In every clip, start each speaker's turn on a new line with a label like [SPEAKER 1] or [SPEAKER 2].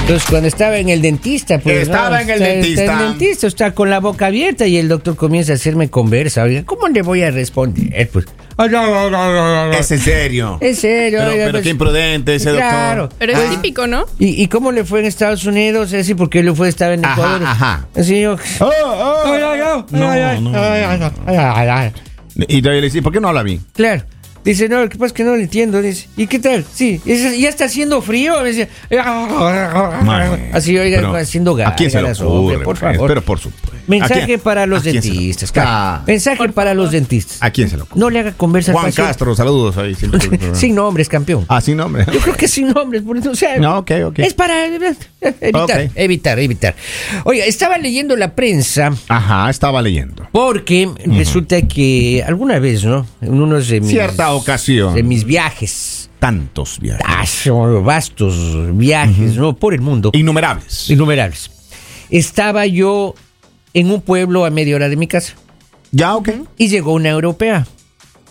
[SPEAKER 1] Entonces, cuando estaba en el dentista, pues.
[SPEAKER 2] Estaba
[SPEAKER 1] no,
[SPEAKER 2] en el
[SPEAKER 1] está-
[SPEAKER 2] dentista.
[SPEAKER 1] Está en el dentista, está con la boca abierta y el doctor comienza a hacerme conversa. Oiga, ¿cómo le voy a responder? Pues. "Ah, no, no, no, no, no".
[SPEAKER 2] Es en serio.
[SPEAKER 1] En serio,
[SPEAKER 2] Pero,
[SPEAKER 1] oiga,
[SPEAKER 2] pero
[SPEAKER 1] pues,
[SPEAKER 2] qué imprudente ese
[SPEAKER 1] Claro.
[SPEAKER 2] doctor. Ah,
[SPEAKER 3] Pero es típico, ¿no?
[SPEAKER 1] ¿Y, y cómo le fue en Estados Unidos? Así, porque él fue, estaba en
[SPEAKER 2] Ajá,
[SPEAKER 1] Ecuador.
[SPEAKER 2] ajá. Oh,
[SPEAKER 1] Así yo. Ay, ay,
[SPEAKER 2] No, no,
[SPEAKER 1] ay, ay, ay, ay, ay.
[SPEAKER 2] Y todavía le dice, ¿por qué no habla bien?
[SPEAKER 1] Claro. Dice, no, lo que pasa es que no lo entiendo. Dice, ¿y qué tal? Sí, es- ya está haciendo frío. Me dice,
[SPEAKER 2] Madre.
[SPEAKER 1] Ah, así, oiga,
[SPEAKER 2] Pero,
[SPEAKER 1] haciendo gas.
[SPEAKER 2] ¿A quién se le ocurre? pues? Pero por supuesto. ¿A
[SPEAKER 1] Mensaje
[SPEAKER 2] quién-
[SPEAKER 1] para los
[SPEAKER 2] a quién se le
[SPEAKER 1] dentistas.
[SPEAKER 2] ocurre?
[SPEAKER 1] claro.
[SPEAKER 2] Ah,
[SPEAKER 1] Mensaje para los dentistas.
[SPEAKER 2] ¿A quién se lo ocurre?
[SPEAKER 1] No le haga conversa
[SPEAKER 2] Juan
[SPEAKER 1] fácil.
[SPEAKER 2] Castro, saludos ahí. siempre por el programa.
[SPEAKER 1] Sin nombres, campeón.
[SPEAKER 2] Ah, sin nombre.
[SPEAKER 1] Yo creo que sin nombres, por eso, o sea,
[SPEAKER 2] No, ok, ok.
[SPEAKER 1] Es para eh, evitar,
[SPEAKER 2] Ok.
[SPEAKER 1] evitar, evitar. Oiga, estaba leyendo la prensa
[SPEAKER 2] Ajá, estaba leyendo.
[SPEAKER 1] porque resulta que alguna vez, ¿no? En uno de mis,
[SPEAKER 2] Cierta ocasión.
[SPEAKER 1] de mis viajes,
[SPEAKER 2] Tantos viajes.
[SPEAKER 1] Ah. tacho, vastos viajes, ¿no? Por el mundo,
[SPEAKER 2] Innumerables.
[SPEAKER 1] innumerables. Estaba yo en un pueblo a media hora de mi casa
[SPEAKER 2] Ya, ok.
[SPEAKER 1] y llegó una europea,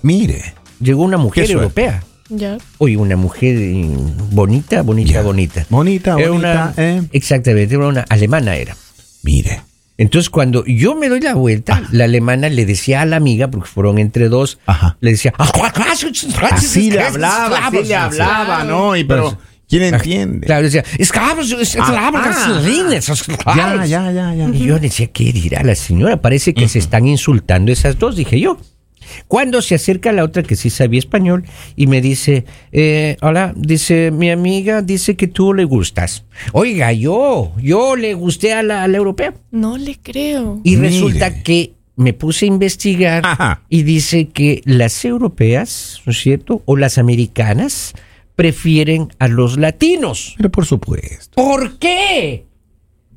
[SPEAKER 2] Mire.
[SPEAKER 1] llegó una mujer
[SPEAKER 2] suerte.
[SPEAKER 1] europea.
[SPEAKER 3] Ya.
[SPEAKER 1] Oye, una mujer eh, bonita, bonita,
[SPEAKER 2] Ya.
[SPEAKER 1] bonita.
[SPEAKER 2] Bonita,
[SPEAKER 1] Era Una,
[SPEAKER 2] bonita, eh.
[SPEAKER 1] Exactamente, era una alemana era.
[SPEAKER 2] Mire.
[SPEAKER 1] Entonces, cuando yo me doy la vuelta,
[SPEAKER 2] Ah.
[SPEAKER 1] la alemana le decía a la amiga, porque fueron entre dos,
[SPEAKER 2] Ajá.
[SPEAKER 1] le decía... "Ah,
[SPEAKER 2] Así le hablaba, así le hablaba, ¿no? Y pero, ¿quién entiende?
[SPEAKER 1] Pues, Claro, decía, esclavos, esclavos,
[SPEAKER 2] ah.
[SPEAKER 1] rines,
[SPEAKER 2] Ya,
[SPEAKER 1] esclavos".
[SPEAKER 2] ya, ya, ya.
[SPEAKER 1] Y yo decía, ¿qué dirá la señora? Parece que se están insultando esas dos, dije yo. Cuando se acerca la otra que sí sabía español y me dice, eh, hola, dice, mi amiga dice que tú le gustas. Oiga, yo, yo le gusté a la, a la europea.
[SPEAKER 3] No le creo.
[SPEAKER 1] Y
[SPEAKER 2] Mire.
[SPEAKER 1] resulta que me puse a investigar
[SPEAKER 2] Ajá.
[SPEAKER 1] y dice que las europeas, ¿no es cierto? O las americanas prefieren a los latinos.
[SPEAKER 2] Pero por supuesto,
[SPEAKER 1] ¿Por qué?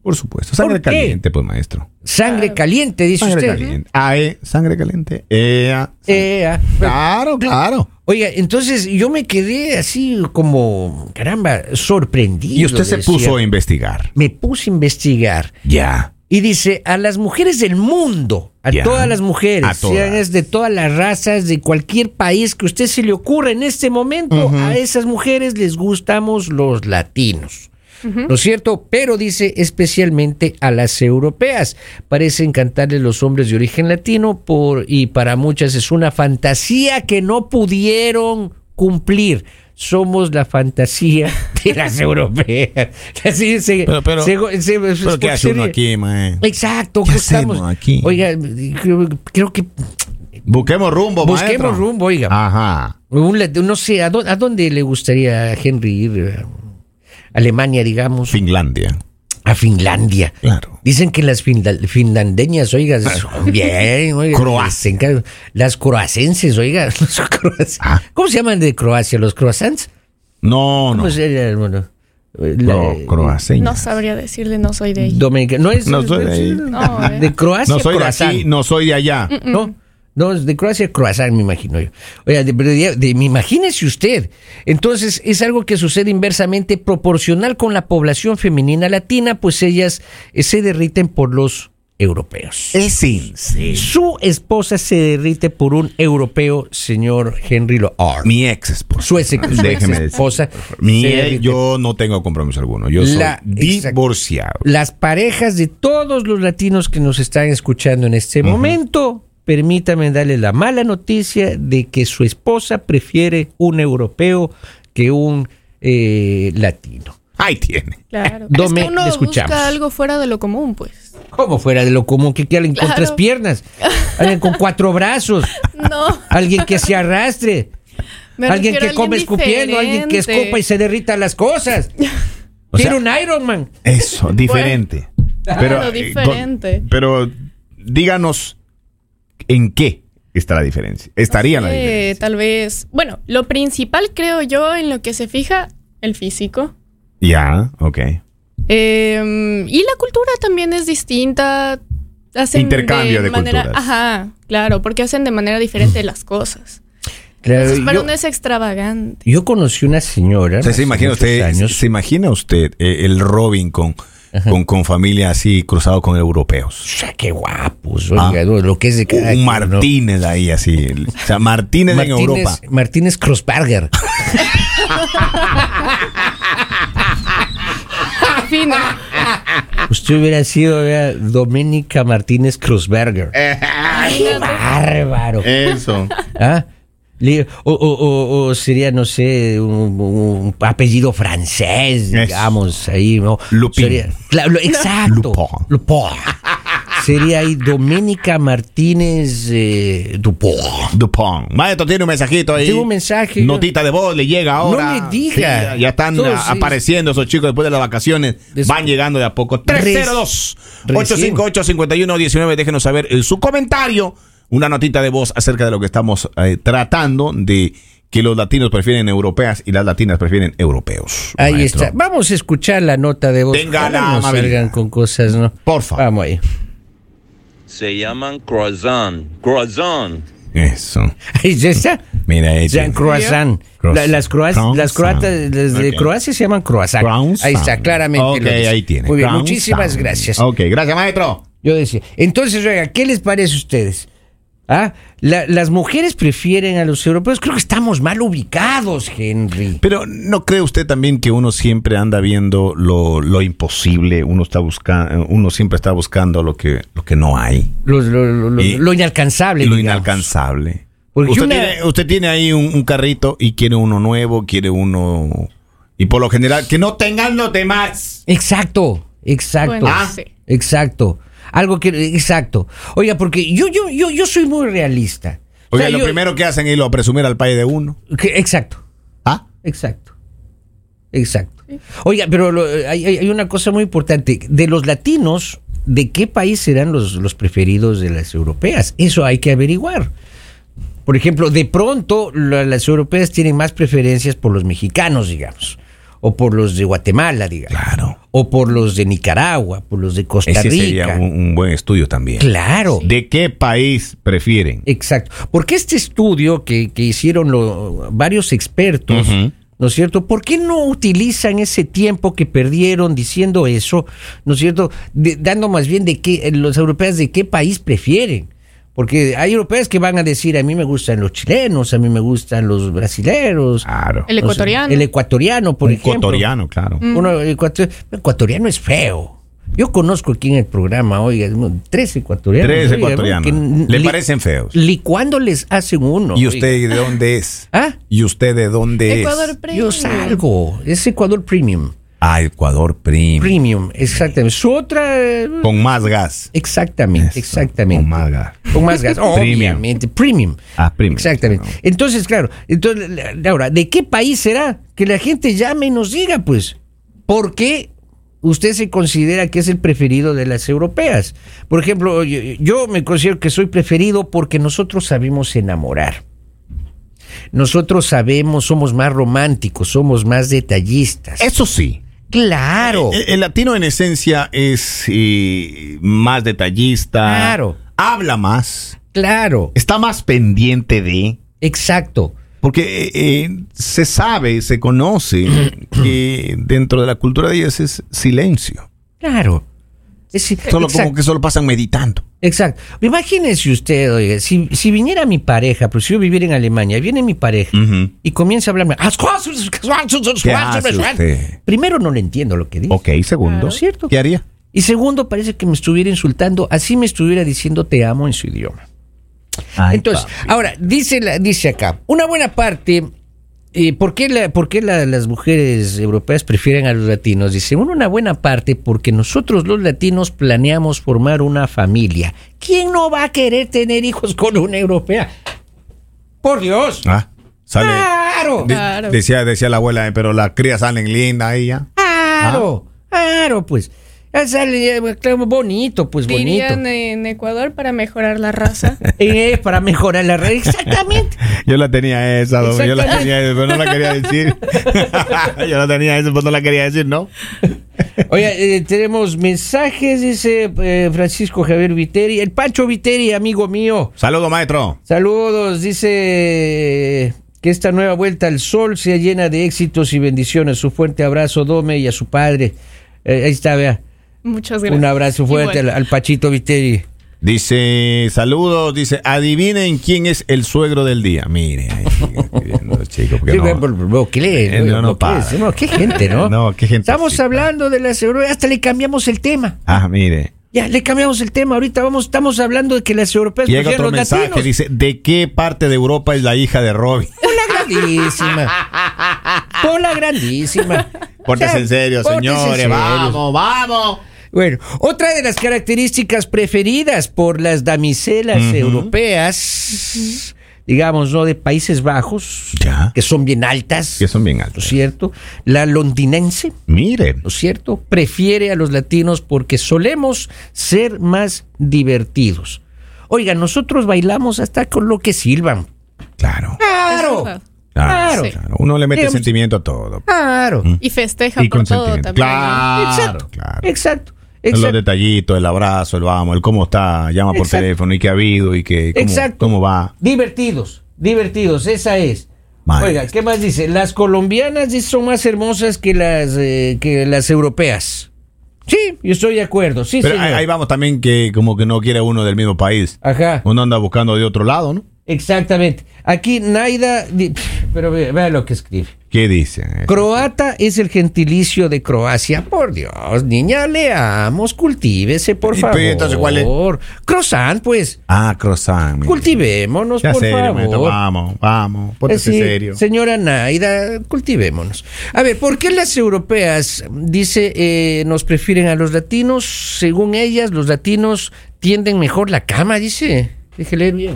[SPEAKER 2] por supuesto. Sangre
[SPEAKER 1] ¿Por qué?
[SPEAKER 2] caliente, pues, maestro.
[SPEAKER 1] Sangre caliente, dice
[SPEAKER 2] Ah. Sangre
[SPEAKER 1] usted.
[SPEAKER 2] caliente. AE, sangre caliente. EA.
[SPEAKER 1] Eh, ah,
[SPEAKER 2] Claro, claro.
[SPEAKER 1] Oiga, entonces yo me quedé así como, caramba, sorprendido.
[SPEAKER 2] Y usted se
[SPEAKER 1] decía.
[SPEAKER 2] puso a investigar.
[SPEAKER 1] Me puse a investigar.
[SPEAKER 2] Ya.
[SPEAKER 1] Y dice, a las mujeres del mundo, a
[SPEAKER 2] Ya.
[SPEAKER 1] todas las mujeres,
[SPEAKER 2] A todas.
[SPEAKER 1] sean es de todas las razas, de cualquier país que a usted se le ocurra en este momento, a esas mujeres les gustamos los latinos. ¿No es cierto? Pero dice especialmente a las europeas. Parece encantarles los hombres de origen latino por, y para muchas es una fantasía que no pudieron cumplir. Somos la fantasía de las europeas. Así se-
[SPEAKER 2] Pero- pero-
[SPEAKER 1] se- se-
[SPEAKER 2] Pero ¿qué hace uno
[SPEAKER 1] sería-
[SPEAKER 2] aquí, mae?
[SPEAKER 1] Exacto,
[SPEAKER 2] ¿Qué
[SPEAKER 1] ¿qué
[SPEAKER 2] hacemos
[SPEAKER 1] estamos
[SPEAKER 2] aquí?
[SPEAKER 1] Oiga, creo, creo que
[SPEAKER 2] Busquemos rumbo,
[SPEAKER 1] busquemos
[SPEAKER 2] Oh, maestro. Ah.
[SPEAKER 1] rumbo, oiga.
[SPEAKER 2] Ajá.
[SPEAKER 1] Un lat- no sé, ¿a dó- a dónde, le gustaría a Henry ir? A Alemania, digamos,
[SPEAKER 2] Finlandia.
[SPEAKER 1] a Finlandia.
[SPEAKER 2] Claro.
[SPEAKER 1] Dicen que las finla- finlandeñas, oiga,
[SPEAKER 2] Ah.
[SPEAKER 1] son bien, oiga.
[SPEAKER 2] Croacia.
[SPEAKER 1] les encargo. Las croacenses, oiga. los croacenses.
[SPEAKER 2] Ah.
[SPEAKER 1] ¿Cómo se llaman de Croacia? ¿Los croissants?
[SPEAKER 2] No, no.
[SPEAKER 1] ¿Cómo se llama, hermano? La-
[SPEAKER 2] No, croaceña.
[SPEAKER 3] No sabría decirle, no soy de ahí.
[SPEAKER 1] Dominica- No es
[SPEAKER 2] No soy de ahí.
[SPEAKER 3] No, eh.
[SPEAKER 1] de Croacia.
[SPEAKER 2] No soy de
[SPEAKER 1] croissant.
[SPEAKER 2] aquí, no soy de allá.
[SPEAKER 1] ¿no? No, de Croacia, croissant, me imagino yo. Oiga, de, pero de- de- me imagínese usted. Entonces, es algo que sucede inversamente proporcional con la población femenina latina, pues ellas eh, se derriten por los europeos.
[SPEAKER 2] Es en
[SPEAKER 1] Eh, Su esposa se derrite por un europeo, señor Henry Loar.
[SPEAKER 2] Mi ex esposa.
[SPEAKER 1] Su ex, su ex
[SPEAKER 2] Déjeme
[SPEAKER 1] esposa.
[SPEAKER 2] Mi
[SPEAKER 1] se
[SPEAKER 2] ex-
[SPEAKER 1] derrite.
[SPEAKER 2] yo no tengo compromiso alguno. Yo soy
[SPEAKER 1] La-
[SPEAKER 2] divorciado.
[SPEAKER 1] Las parejas de todos los latinos que nos están escuchando en este momento, permítame darle la mala noticia de que su esposa prefiere un europeo que un eh, latino.
[SPEAKER 2] Ahí tiene.
[SPEAKER 3] Claro.
[SPEAKER 1] Dome,
[SPEAKER 3] es que uno
[SPEAKER 1] te escuchamos.
[SPEAKER 3] busca algo fuera de lo común, pues.
[SPEAKER 1] Como fuera de lo común que que alguien con
[SPEAKER 3] Claro.
[SPEAKER 1] tres piernas, alguien con cuatro brazos,
[SPEAKER 3] No.
[SPEAKER 1] alguien que se arrastre,
[SPEAKER 3] me
[SPEAKER 1] Ah, alguien
[SPEAKER 3] refiero
[SPEAKER 1] que
[SPEAKER 3] a
[SPEAKER 1] come escupiendo, alguien que
[SPEAKER 3] diferente.
[SPEAKER 1] escupa y se derrita las cosas.
[SPEAKER 2] O sea-
[SPEAKER 1] Tiene un Iron Man.
[SPEAKER 2] Eso, diferente.
[SPEAKER 3] Claro,
[SPEAKER 2] eh,
[SPEAKER 3] diferente.
[SPEAKER 2] con- pero díganos en qué está la diferencia. Estaría la
[SPEAKER 3] Eh,
[SPEAKER 2] diferencia.
[SPEAKER 3] tal vez. Bueno, lo principal creo yo en lo que se fija el físico.
[SPEAKER 2] Ya, ok.
[SPEAKER 3] Eh, y la cultura también es distinta. Hacen
[SPEAKER 2] Intercambio de
[SPEAKER 3] manera,
[SPEAKER 2] culturas.
[SPEAKER 3] Ajá, claro, porque hacen de manera diferente las cosas.
[SPEAKER 1] Claro,
[SPEAKER 3] Entonces, para
[SPEAKER 1] Mm. Eh, yo,
[SPEAKER 3] uno es extravagante.
[SPEAKER 1] yo conocí una señora.
[SPEAKER 2] O sea, se
[SPEAKER 1] hace
[SPEAKER 2] imagina
[SPEAKER 1] muchos
[SPEAKER 2] usted,
[SPEAKER 1] años.
[SPEAKER 2] se imagina usted eh, el Robin con, con, con familia así cruzado con
[SPEAKER 1] O
[SPEAKER 2] europeos.
[SPEAKER 1] sea, qué guapos, oiga,
[SPEAKER 2] Ah.
[SPEAKER 1] lo lo que es de cada
[SPEAKER 2] Un
[SPEAKER 1] quien, ¿no?
[SPEAKER 2] Martínez ahí así. el- O sea, Martínez,
[SPEAKER 1] Martínez,
[SPEAKER 2] en Europa.
[SPEAKER 1] Martínez Crossberger.
[SPEAKER 3] Sí, no.
[SPEAKER 1] Usted hubiera sido vea, Doménica Martínez Kruzberger. ¡Qué bárbaro!
[SPEAKER 2] Eh. Eso.
[SPEAKER 1] ¿Ah? Le- O, o- o- o sería, no sé, un, un apellido francés, digamos, ahí, ¿no?
[SPEAKER 2] Lupin.
[SPEAKER 1] Sería- Cla- lo- exacto.
[SPEAKER 2] Lupin.
[SPEAKER 1] Lupin. Sería ahí Doménica Martínez eh, Dupont.
[SPEAKER 2] Dupont. Maestro, tiene un mensajito ahí.
[SPEAKER 1] Tengo un mensaje.
[SPEAKER 2] Notita de voz, le llega
[SPEAKER 1] No
[SPEAKER 2] ahora.
[SPEAKER 1] le diga.
[SPEAKER 2] ya- ya están
[SPEAKER 1] Todos,
[SPEAKER 2] ah,
[SPEAKER 1] sí.
[SPEAKER 2] apareciendo esos chicos después de las vacaciones.
[SPEAKER 1] Des-
[SPEAKER 2] Van llegando de a poco. 302 858 5119 Déjenos saber eh, su comentario. Una notita de voz acerca de lo que estamos eh, tratando de que los latinos prefieren europeas y las latinas prefieren europeos.
[SPEAKER 1] Ahí
[SPEAKER 2] maestro.
[SPEAKER 1] está. Vamos a escuchar la nota de voz.
[SPEAKER 2] Tenga la
[SPEAKER 1] Ojalá no
[SPEAKER 2] amabilidad.
[SPEAKER 1] salgan con cosas, ¿no?
[SPEAKER 2] Por favor.
[SPEAKER 1] Vamos ahí.
[SPEAKER 4] Se llaman croissant. Croissant.
[SPEAKER 2] Eso.
[SPEAKER 1] Ahí ya está.
[SPEAKER 2] Mira, ahí
[SPEAKER 1] Jean
[SPEAKER 2] tiene.
[SPEAKER 1] Croissant.
[SPEAKER 2] Croissant.
[SPEAKER 1] La- las, croas-
[SPEAKER 2] Croissant.
[SPEAKER 1] las croatas las de
[SPEAKER 2] Ok.
[SPEAKER 1] Croacia se llaman croissant.
[SPEAKER 2] Croissant.
[SPEAKER 1] Ahí está, claramente.
[SPEAKER 2] Ok,
[SPEAKER 1] lo dice.
[SPEAKER 2] ahí tiene.
[SPEAKER 1] Muy bien,
[SPEAKER 2] Croissant.
[SPEAKER 1] muchísimas gracias.
[SPEAKER 2] Ok, gracias, maestro.
[SPEAKER 1] Yo decía, entonces, oiga, ¿qué les parece a ustedes? ¿Ah? La- las mujeres prefieren a los europeos. Creo que estamos mal ubicados, Henry.
[SPEAKER 2] Pero ¿no cree usted también que uno siempre anda viendo lo, lo imposible? Uno está buscando, uno siempre está buscando lo que, lo que no hay,
[SPEAKER 1] Lo, lo- lo- lo-
[SPEAKER 2] Y-
[SPEAKER 1] lo inalcanzable.
[SPEAKER 2] lo
[SPEAKER 1] digamos.
[SPEAKER 2] inalcanzable.
[SPEAKER 1] Porque
[SPEAKER 2] Usted,
[SPEAKER 1] una-
[SPEAKER 2] tiene, usted tiene ahí un, un carrito y quiere uno nuevo, quiere uno y por lo general que no tengan los demás.
[SPEAKER 1] Exacto, exacto.
[SPEAKER 3] Bueno, Ah. sí.
[SPEAKER 1] Exacto. Algo que exacto. Oiga, porque yo yo yo yo soy muy realista. O
[SPEAKER 2] Oiga,
[SPEAKER 1] sea,
[SPEAKER 2] lo
[SPEAKER 1] yo-
[SPEAKER 2] primero que hacen es lo a presumir al país de uno.
[SPEAKER 1] que- exacto.
[SPEAKER 2] Ah,
[SPEAKER 1] Exacto. Exacto. Oiga, pero lo- hay, hay- hay una cosa muy importante. De los latinos, ¿de qué país serán los, los preferidos de las europeas? Eso hay que averiguar. Por ejemplo, de pronto la- las europeas tienen más preferencias por los mexicanos, digamos, o por los de Guatemala, digamos,
[SPEAKER 2] claro.
[SPEAKER 1] o por los de Nicaragua, por los de Costa
[SPEAKER 2] Ese
[SPEAKER 1] Rica.
[SPEAKER 2] sería un, un buen estudio también.
[SPEAKER 1] Claro.
[SPEAKER 2] ¿De qué país prefieren?
[SPEAKER 1] Exacto. Porque este estudio que, que hicieron lo- varios expertos,
[SPEAKER 2] Ujú.
[SPEAKER 1] ¿no es cierto? ¿Por qué no utilizan ese tiempo que perdieron diciendo eso, ¿no es cierto? De- dando más bien de qué, eh, los europeos de qué país prefieren. Porque hay europeos que van a decir, a mí me gustan los chilenos, a mí me gustan los brasileros.
[SPEAKER 2] Claro.
[SPEAKER 3] El
[SPEAKER 1] no sé,
[SPEAKER 3] ecuatoriano.
[SPEAKER 1] el ecuatoriano, por
[SPEAKER 2] Ah. un
[SPEAKER 1] ejemplo. Mm.
[SPEAKER 2] ecuatoriano, claro.
[SPEAKER 1] Uno ecuator- ecuatoriano es feo. Yo conozco aquí en el programa, oiga, no, tres ecuatorianos.
[SPEAKER 2] Tres
[SPEAKER 1] oiga,
[SPEAKER 2] ecuatorianos.
[SPEAKER 1] que
[SPEAKER 2] Le
[SPEAKER 1] li-
[SPEAKER 2] parecen feos.
[SPEAKER 1] Licuando les hacen uno.
[SPEAKER 2] ¿Y
[SPEAKER 1] oiga.
[SPEAKER 2] usted de dónde es?
[SPEAKER 1] ¿Ah?
[SPEAKER 2] ¿Y usted de dónde
[SPEAKER 3] Ecuador
[SPEAKER 2] es?
[SPEAKER 3] Premium.
[SPEAKER 1] Yo salgo. Es Ecuador Premium.
[SPEAKER 2] Ah, Ecuador Prim.
[SPEAKER 1] Premium, exactamente. Su otra. eh,
[SPEAKER 2] Con más gas.
[SPEAKER 1] Exactamente,
[SPEAKER 2] Eso,
[SPEAKER 1] exactamente.
[SPEAKER 2] Con más gas.
[SPEAKER 1] Con más gas.
[SPEAKER 2] Premium.
[SPEAKER 1] Obviamente. Premium.
[SPEAKER 2] Ah, premium.
[SPEAKER 1] Exactamente.
[SPEAKER 2] No.
[SPEAKER 1] Entonces, claro. Entonces, la- la- ahora, ¿de qué país será? Que la gente llame y nos diga, pues. ¿Por qué usted se considera que es el preferido de las europeas? Por ejemplo, yo, yo me considero que soy preferido porque nosotros sabemos enamorar. Nosotros sabemos, somos más románticos, somos más detallistas.
[SPEAKER 2] Eso sí.
[SPEAKER 1] claro.
[SPEAKER 2] El, el latino en esencia es eh, más detallista.
[SPEAKER 1] Claro.
[SPEAKER 2] Habla más.
[SPEAKER 1] Claro.
[SPEAKER 2] Está más pendiente de.
[SPEAKER 1] Exacto.
[SPEAKER 2] Porque eh, eh, se sabe, se conoce que dentro de la cultura de ellos es silencio.
[SPEAKER 1] Claro. Es,
[SPEAKER 2] Solo
[SPEAKER 1] exacto,
[SPEAKER 2] como que solo pasan meditando.
[SPEAKER 1] exacto. Imagínese usted, oiga, si, si viniera mi pareja, pero si yo viviera en Alemania, viene mi pareja
[SPEAKER 2] Ujú.
[SPEAKER 1] y comienza a hablarme.
[SPEAKER 2] ¿Qué hace usted?
[SPEAKER 1] Primero no le entiendo lo que dice.
[SPEAKER 2] Ok, segundo.
[SPEAKER 1] Claro, cierto.
[SPEAKER 2] ¿Qué haría?
[SPEAKER 1] Y segundo, parece que me estuviera insultando, así me estuviera diciendo te amo en su idioma. Entonces, ahora, dice, la- dice acá, una buena parte, eh, ¿por qué, la- por qué la- las mujeres europeas prefieren a los latinos? Dice, "Bueno, una buena parte porque nosotros los latinos planeamos formar una familia. ¿Quién no va a querer tener hijos con una europea? Por Dios.
[SPEAKER 2] Ah, sale.
[SPEAKER 1] Claro.
[SPEAKER 2] de-
[SPEAKER 3] Claro.
[SPEAKER 2] decía, decía la abuela, eh, pero las crías salen lindas ahí ya.
[SPEAKER 1] Claro, claro, pues. Ya sale, eh, claro, bonito, pues bonito.
[SPEAKER 3] Dirían eh. en Ecuador para mejorar la raza.
[SPEAKER 1] Eh, para mejorar la red. Exactamente.
[SPEAKER 2] Yo la tenía esa, don, yo la
[SPEAKER 1] Exactamente.
[SPEAKER 2] tenía esa, pero no la quería decir. yo la tenía esa, pero no la quería decir, ¿no?
[SPEAKER 1] Oye, eh, tenemos mensajes, dice eh, Francisco Javier Viteri. El Pancho Viteri, amigo mío.
[SPEAKER 2] Saludo, maestro.
[SPEAKER 1] Saludos, dice que esta nueva vuelta al sol sea llena de éxitos y bendiciones. Su fuerte abrazo, Dome, y a su padre. Eh, ahí está, vea.
[SPEAKER 3] Muchas gracias.
[SPEAKER 1] Un abrazo fuerte al,
[SPEAKER 3] Igual.
[SPEAKER 1] al Pachito Viteri.
[SPEAKER 2] Dice, saludos, dice, adivinen quién es el suegro del día. Mire, ahí, viendo, chico. porque
[SPEAKER 1] Sí,
[SPEAKER 2] no-
[SPEAKER 1] bueno, pero- pero ¿Qué le-
[SPEAKER 2] Eh, no, no
[SPEAKER 1] lo que es,
[SPEAKER 2] para.
[SPEAKER 1] no, qué gente, ¿no?
[SPEAKER 2] No, qué gente
[SPEAKER 1] Estamos
[SPEAKER 2] sí, claro.
[SPEAKER 1] hablando de la seguridad, hasta le cambiamos el tema.
[SPEAKER 2] Ah, mire.
[SPEAKER 1] Ya, le cambiamos el tema. Ahorita vamos, estamos hablando de que las europeas
[SPEAKER 2] Llega
[SPEAKER 1] pusieron
[SPEAKER 2] otro
[SPEAKER 1] los
[SPEAKER 2] mensaje,
[SPEAKER 1] latinos.
[SPEAKER 2] dice, ¿de qué parte de Europa es la hija de Robin?
[SPEAKER 1] Pola grandísima. Pola grandísima.
[SPEAKER 2] Pórtese
[SPEAKER 1] O sea,
[SPEAKER 2] en serio,
[SPEAKER 1] pórtese en
[SPEAKER 2] señores,
[SPEAKER 1] serio.
[SPEAKER 2] vamos, vamos.
[SPEAKER 1] Bueno, otra de las características preferidas por las damiselas
[SPEAKER 2] Ujú.
[SPEAKER 1] europeas, digamos, ¿no? De Países Bajos,
[SPEAKER 2] Ya.
[SPEAKER 1] que son bien altas,
[SPEAKER 2] Que son bien
[SPEAKER 1] ¿no es
[SPEAKER 2] altos.
[SPEAKER 1] cierto? La londinense,
[SPEAKER 2] Mire,
[SPEAKER 1] ¿no es cierto? Prefiere a los latinos porque solemos ser más divertidos. Oiga, nosotros bailamos hasta con lo que silban.
[SPEAKER 2] claro.
[SPEAKER 3] Es
[SPEAKER 1] ¡Claro!
[SPEAKER 3] verdad.
[SPEAKER 2] Claro,
[SPEAKER 1] Claro.
[SPEAKER 2] claro. Uno le mete
[SPEAKER 1] Digamos-
[SPEAKER 2] sentimiento a todo.
[SPEAKER 1] ¡Claro!
[SPEAKER 3] Y festeja
[SPEAKER 2] Y
[SPEAKER 3] por todo
[SPEAKER 2] consentimiento.
[SPEAKER 3] también. ¿no?
[SPEAKER 2] Claro,
[SPEAKER 1] Exacto.
[SPEAKER 2] claro.
[SPEAKER 1] Exacto.
[SPEAKER 2] Los
[SPEAKER 1] Exacto.
[SPEAKER 2] detallitos, el abrazo, el vamos, el cómo está, llama por
[SPEAKER 1] Exacto.
[SPEAKER 2] teléfono y qué ha habido y que cómo,
[SPEAKER 1] Exacto.
[SPEAKER 2] cómo va.
[SPEAKER 1] Divertidos, divertidos, esa es.
[SPEAKER 2] Madre.
[SPEAKER 1] Oiga, ¿qué más dice? Las colombianas dice, son más hermosas que las eh, que las europeas. Sí, yo estoy de acuerdo. Sí,
[SPEAKER 2] Pero
[SPEAKER 1] señor.
[SPEAKER 2] ahí, ahí vamos también que como que no quiere uno del mismo país.
[SPEAKER 1] Ajá,
[SPEAKER 2] Uno anda buscando de otro lado, ¿no?
[SPEAKER 1] exactamente. Aquí Naida, di- pero ve- vea lo que escribe.
[SPEAKER 2] ¿Qué dice?
[SPEAKER 1] Croata es el gentilicio de Croacia. Por Dios, niña, leamos, cultívese, por
[SPEAKER 2] Y, pero,
[SPEAKER 1] favor.
[SPEAKER 2] entonces, ¿cuál es?
[SPEAKER 1] Croissant, pues.
[SPEAKER 2] Ah, croissant. mire.
[SPEAKER 1] Cultivémonos,
[SPEAKER 2] Ya
[SPEAKER 1] por
[SPEAKER 2] serio,
[SPEAKER 1] favor.
[SPEAKER 2] maestro, vamos, vamos, póntese
[SPEAKER 1] Sí,
[SPEAKER 2] serio.
[SPEAKER 1] Señora Naida, cultivémonos. A ver, ¿por qué las europeas, dice, eh, nos prefieren a los latinos? Según ellas, los latinos tienden mejor la cama, dice. Déjele leer bien.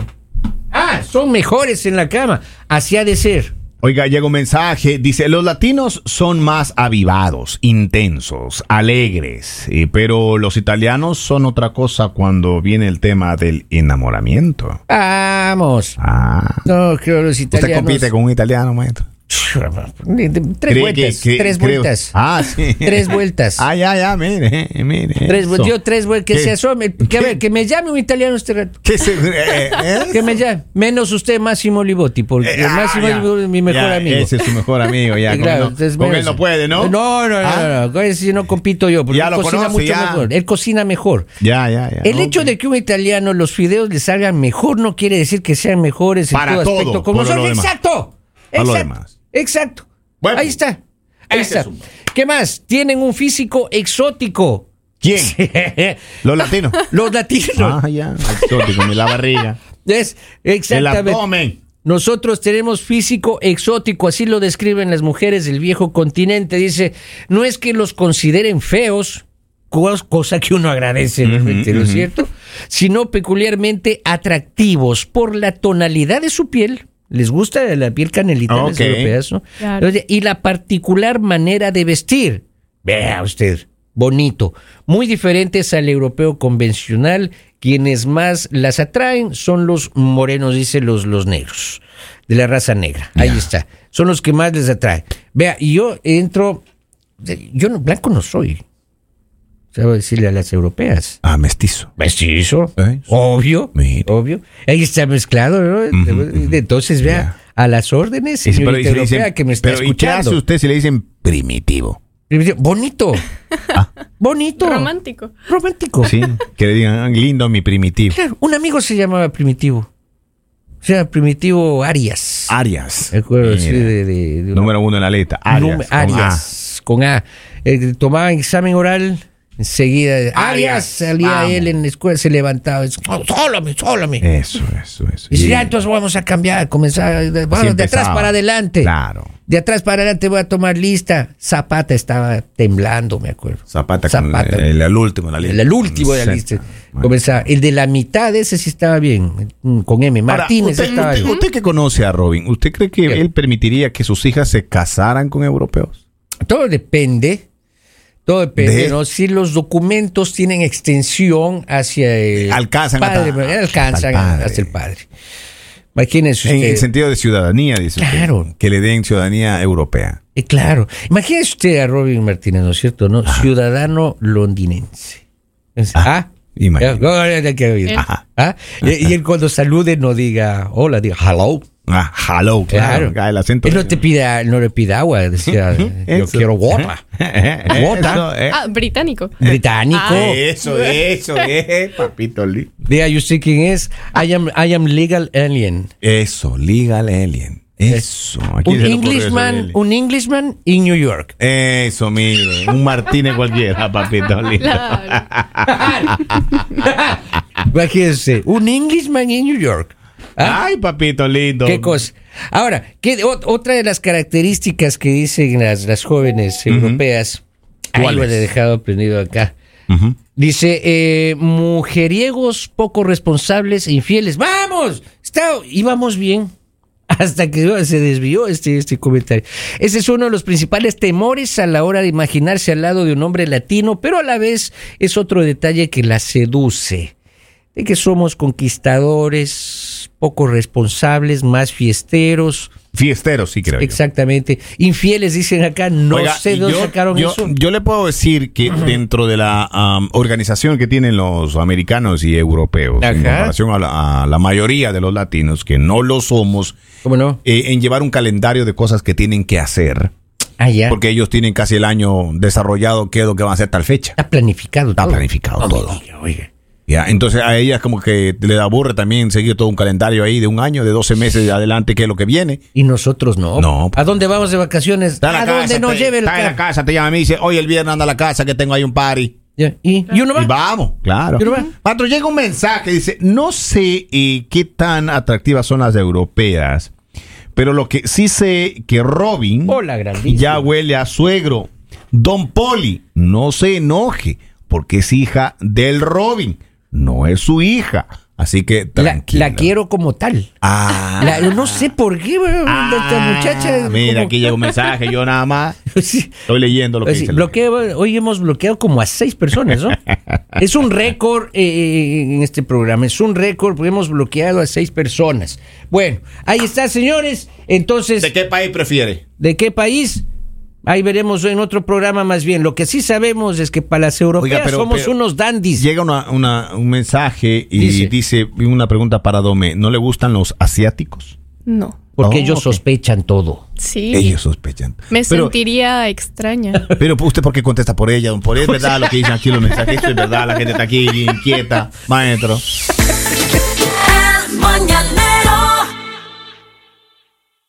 [SPEAKER 1] Ah, son mejores en la cama. Así ha de ser.
[SPEAKER 2] Oiga, llega un mensaje, dice, los latinos son más avivados, intensos, alegres, eh, pero los italianos son otra cosa cuando viene el tema del enamoramiento.
[SPEAKER 1] Vamos.
[SPEAKER 2] Ah.
[SPEAKER 1] No, creo los
[SPEAKER 2] ¿Usted
[SPEAKER 1] italianos.
[SPEAKER 2] compite con un italiano, maestro?
[SPEAKER 1] Tres
[SPEAKER 2] ¿Cree
[SPEAKER 1] vueltas.
[SPEAKER 2] que- cree-
[SPEAKER 1] Tres
[SPEAKER 2] creo-
[SPEAKER 1] vueltas.
[SPEAKER 2] Ah, sí.
[SPEAKER 1] Tres vueltas.
[SPEAKER 2] Ah, ya, ya, mire, eh, mire.
[SPEAKER 1] Tres
[SPEAKER 2] eso.
[SPEAKER 1] vueltas. Yo tres vueltas. Que
[SPEAKER 2] ¿Qué?
[SPEAKER 1] se asome. Que, a ver, que me llame un italiano este rato.
[SPEAKER 2] ¿Qué se- eh, eh,
[SPEAKER 1] Que me llame. Menos usted, Máximo Libotti, porque
[SPEAKER 2] Eh, ah,
[SPEAKER 1] Máximo
[SPEAKER 2] ya.
[SPEAKER 1] Libotti es mi mejor
[SPEAKER 2] Ya,
[SPEAKER 1] amigo.
[SPEAKER 2] Ese es su mejor amigo, ya.
[SPEAKER 1] Sí,
[SPEAKER 2] con
[SPEAKER 1] claro,
[SPEAKER 2] él no-
[SPEAKER 1] entonces,
[SPEAKER 2] con
[SPEAKER 1] bueno,
[SPEAKER 2] él no
[SPEAKER 1] sí.
[SPEAKER 2] puede, ¿no?
[SPEAKER 1] No, no, no,
[SPEAKER 2] Ah,
[SPEAKER 1] no, con ese sí no compito yo, porque
[SPEAKER 2] Ya
[SPEAKER 1] él
[SPEAKER 2] lo
[SPEAKER 1] cocina
[SPEAKER 2] conoce,
[SPEAKER 1] mucho
[SPEAKER 2] ya.
[SPEAKER 1] mejor. Él cocina mejor.
[SPEAKER 2] Ya, ya, ya.
[SPEAKER 1] El
[SPEAKER 2] No,
[SPEAKER 1] hecho de que un italiano los fideos le salgan mejor no quiere decir que sean mejores en
[SPEAKER 2] Para
[SPEAKER 1] todo,
[SPEAKER 2] todo,
[SPEAKER 1] aspecto. Como
[SPEAKER 2] por lo
[SPEAKER 1] son.
[SPEAKER 2] demás.
[SPEAKER 1] Exacto.
[SPEAKER 2] Para lo
[SPEAKER 1] Exacto.
[SPEAKER 2] demás.
[SPEAKER 1] Exacto.
[SPEAKER 2] Bueno,
[SPEAKER 1] Ahí está. Ahí
[SPEAKER 2] ese
[SPEAKER 1] está.
[SPEAKER 2] es un-
[SPEAKER 1] ¿Qué más? Tienen un físico exótico.
[SPEAKER 2] ¿Quién? Los latinos.
[SPEAKER 1] los latinos.
[SPEAKER 2] Ah, ya. Exótico, mi la barriga.
[SPEAKER 1] Es
[SPEAKER 2] El
[SPEAKER 1] exactamente.
[SPEAKER 2] abdomen.
[SPEAKER 1] Nosotros tenemos físico exótico, así lo describen las mujeres del viejo continente. Dice, no es que los consideren feos, cos- cosa que uno agradece, realmente, ¿no es cierto? Sino peculiarmente atractivos por la tonalidad de su piel. Les gusta la piel canelita a las
[SPEAKER 2] Ok.
[SPEAKER 1] europeas, ¿no?
[SPEAKER 3] Claro.
[SPEAKER 1] Y la particular manera de vestir. Vea usted, bonito. Muy diferentes al europeo convencional. Quienes más las atraen son los morenos, dice los, los negros, de la raza negra. Ahí está. Son los que más les atraen. Vea, y yo entro. Yo no, blanco no soy. Sabo decirle a las europeas.
[SPEAKER 2] Ah, mestizo.
[SPEAKER 1] Mestizo.
[SPEAKER 2] Eh,
[SPEAKER 1] Obvio.
[SPEAKER 2] Mira.
[SPEAKER 1] Obvio. Ahí está mezclado, ¿no? Entonces, vea,
[SPEAKER 2] Ya.
[SPEAKER 1] a las órdenes,
[SPEAKER 2] Y si-
[SPEAKER 1] señorita
[SPEAKER 2] y si le dicen-
[SPEAKER 1] europea que me está
[SPEAKER 2] pero, ¿y qué hace
[SPEAKER 1] escuchando.
[SPEAKER 2] usted si le dicen primitivo?
[SPEAKER 1] Y me dice, Bonito.
[SPEAKER 2] Ah.
[SPEAKER 1] Bonito.
[SPEAKER 3] Romántico.
[SPEAKER 1] Romántico.
[SPEAKER 2] Sí, que le digan, "Ah, lindo mi primitivo.
[SPEAKER 1] Claro, un amigo se llamaba Primitivo. Se llama Primitivo Arias.
[SPEAKER 2] Arias.
[SPEAKER 1] Me acuerdo, sí,
[SPEAKER 2] Ah, Mira,
[SPEAKER 1] de- de- de una-
[SPEAKER 2] Número uno en la letra.
[SPEAKER 1] Num-
[SPEAKER 2] Arias. con
[SPEAKER 1] Arias, con A. Eh, tomaba examen oral. Enseguida, Arias, salía
[SPEAKER 2] vamos.
[SPEAKER 1] él en la escuela, se levantaba, y decía, "Oh, sólame, sólame.
[SPEAKER 2] A. Ah, Eso, eso, eso.
[SPEAKER 1] Y dice, ya, entonces vamos a cambiar, comenzar, de- vamos de atrás
[SPEAKER 2] empezaba.
[SPEAKER 1] para adelante.
[SPEAKER 2] Claro.
[SPEAKER 1] De atrás para adelante voy a tomar lista. Zapata estaba temblando, me acuerdo.
[SPEAKER 2] Zapata, con el, el último en la
[SPEAKER 1] El,
[SPEAKER 2] lista.
[SPEAKER 1] el último de la
[SPEAKER 2] Exacto.
[SPEAKER 1] lista.
[SPEAKER 2] Bueno.
[SPEAKER 1] Comenzaba. El de la mitad, ese sí estaba bien, mm, con M.
[SPEAKER 2] Ahora,
[SPEAKER 1] Martínez
[SPEAKER 2] usted,
[SPEAKER 1] estaba
[SPEAKER 2] usted-
[SPEAKER 1] bien.
[SPEAKER 2] usted que conoce a Robin, ¿usted cree que
[SPEAKER 1] ¿Qué?
[SPEAKER 2] él permitiría que sus hijas se casaran con europeos?
[SPEAKER 1] Todo depende. Todo depende,
[SPEAKER 2] De-
[SPEAKER 1] ¿no? Si los documentos tienen extensión hacia el
[SPEAKER 2] Alcanzan
[SPEAKER 1] padre,
[SPEAKER 2] hasta-
[SPEAKER 1] eh, alcanzan
[SPEAKER 2] hasta el padre.
[SPEAKER 1] hasta el padre. Imagínense
[SPEAKER 2] En
[SPEAKER 1] usted.
[SPEAKER 2] el sentido de ciudadanía, dice usted,
[SPEAKER 1] Claro.
[SPEAKER 2] que le den ciudadanía europea.
[SPEAKER 1] eh, claro. Imagínese usted a Robin Martínez, ¿no es cierto? ¿No? Ciudadano londinense. Es- Ah.
[SPEAKER 2] imagínate.
[SPEAKER 1] Ah, ah, ya que oír.
[SPEAKER 2] Ajá.
[SPEAKER 1] Ah, Y, y él cuando salude no diga hola, diga hello.
[SPEAKER 2] Ah, hello, claro.
[SPEAKER 1] Claro.
[SPEAKER 2] Ah, El acento.
[SPEAKER 1] Él no te pide, a- no le pide agua, decía, yo
[SPEAKER 2] Eso.
[SPEAKER 1] quiero water. Water.
[SPEAKER 2] Eso, eh.
[SPEAKER 3] Ah, británico.
[SPEAKER 1] Británico.
[SPEAKER 3] Ah.
[SPEAKER 2] Eso, eso, eh, papito Lee.
[SPEAKER 1] Diga, ¿y usted quién es? I am, I am legal alien.
[SPEAKER 2] Eso, legal alien. Eso. aquí
[SPEAKER 1] Un
[SPEAKER 2] se le ocurrió eso,
[SPEAKER 1] Englishman,
[SPEAKER 2] Leli.
[SPEAKER 1] un Englishman in New York.
[SPEAKER 2] Eso, mire. Un Martínez cualquiera, papito. lindo.
[SPEAKER 1] Ah.
[SPEAKER 3] Claro.
[SPEAKER 2] Ah.
[SPEAKER 1] Imagínense, un Englishman in New York. Ah,
[SPEAKER 2] Ay, papito lindo.
[SPEAKER 1] qué cosa. Ahora, ¿qué, o- otra de las características que dicen las, las jóvenes europeas, algo
[SPEAKER 2] ¿Cuáles?
[SPEAKER 1] le he dejado prendido acá.
[SPEAKER 2] Ujú.
[SPEAKER 1] Dice, eh, mujeriegos poco responsables e infieles. ¡Vamos! Está, íbamos bien. Hasta que se desvió este, este comentario. Ese es uno de los principales temores a la hora de imaginarse al lado de un hombre latino, pero a la vez es otro detalle que la seduce. De que somos conquistadores, poco responsables, más fiesteros.
[SPEAKER 2] Fiestero, sí creo. yo.
[SPEAKER 1] Exactamente. Infieles, dicen acá. No
[SPEAKER 2] Oiga,
[SPEAKER 1] sé
[SPEAKER 2] y
[SPEAKER 1] dónde
[SPEAKER 2] yo,
[SPEAKER 1] sacaron
[SPEAKER 2] yo-
[SPEAKER 1] eso.
[SPEAKER 2] yo le puedo decir que dentro de la am, organización que tienen los americanos y europeos, en
[SPEAKER 1] Ajá.
[SPEAKER 2] comparación a la, a la mayoría de los latinos, que no lo somos,
[SPEAKER 1] ¿Cómo no?
[SPEAKER 2] eh, en llevar un calendario de cosas que tienen que hacer,
[SPEAKER 1] Ah, ya.
[SPEAKER 2] porque ellos tienen casi el año desarrollado, qué es lo que van a hacer tal fecha.
[SPEAKER 1] Está planificado
[SPEAKER 2] Está
[SPEAKER 1] todo.
[SPEAKER 2] planificado
[SPEAKER 1] No me
[SPEAKER 2] todo.
[SPEAKER 1] diga, oiga.
[SPEAKER 2] Ya, entonces a ellas como que le aburre también seguir todo un calendario ahí de un año, de 12 meses de adelante, qué es lo que viene.
[SPEAKER 1] Y nosotros no.
[SPEAKER 2] No.
[SPEAKER 1] ¿A dónde vamos de vacaciones?
[SPEAKER 2] Está en la
[SPEAKER 1] ¿A
[SPEAKER 2] casa,
[SPEAKER 1] dónde nos
[SPEAKER 2] te-
[SPEAKER 1] lleve el
[SPEAKER 2] está en la
[SPEAKER 1] carro?
[SPEAKER 2] casa, te llama a mí y dice, oye, el viernes anda a la casa que tengo ahí un party.
[SPEAKER 1] Ya, ¿Y? y uno va.
[SPEAKER 2] Y vamos, claro.
[SPEAKER 1] Pero va.
[SPEAKER 2] Maestro, llega un mensaje, dice, no sé eh, qué tan atractivas son las europeas, pero lo que sí sé que Robin
[SPEAKER 1] Hola, grandísimo.
[SPEAKER 2] ya huele a suegro. Don Poli, no se enoje, porque es hija del Robin, no es su hija. Así que
[SPEAKER 1] la,
[SPEAKER 2] tranquila.
[SPEAKER 1] la quiero como tal.
[SPEAKER 2] Ah.
[SPEAKER 1] La- yo no sé por qué, bueno, esta
[SPEAKER 2] Ah,
[SPEAKER 1] muchacha. es como-
[SPEAKER 2] Mira,
[SPEAKER 1] pues
[SPEAKER 2] aquí llega un mensaje, yo nada más
[SPEAKER 1] Sí.
[SPEAKER 2] estoy leyendo lo que
[SPEAKER 1] Así,
[SPEAKER 2] dice. la
[SPEAKER 1] bloqueo, hoy hemos bloqueado como a seis personas, ¿no? es un récord eh, en este programa, es un récord porque hemos bloqueado a seis personas. Bueno, ahí está, señores. Entonces,
[SPEAKER 2] gente. ¿De qué país prefiere?
[SPEAKER 1] ¿De qué país? Ahí veremos en otro programa más bien. Lo que sí sabemos es que para las europeas
[SPEAKER 2] Oiga, pero-
[SPEAKER 1] somos
[SPEAKER 2] pero-
[SPEAKER 1] unos dandis.
[SPEAKER 2] Llega una- una- un mensaje y
[SPEAKER 1] Dice.
[SPEAKER 2] dice. una pregunta para Dome, ¿no le gustan los asiáticos?
[SPEAKER 3] No.
[SPEAKER 1] Porque
[SPEAKER 2] Oh,
[SPEAKER 1] ellos
[SPEAKER 2] ok.
[SPEAKER 1] sospechan todo.
[SPEAKER 3] Sí.
[SPEAKER 2] Ellos sospechan.
[SPEAKER 3] Me
[SPEAKER 2] pero,
[SPEAKER 3] sentiría extraña.
[SPEAKER 2] pero usted por qué contesta por ella, don Por es verdad lo que dicen aquí los mensajes, esto es verdad, la gente está aquí inquieta, maestro.
[SPEAKER 5] El mañanero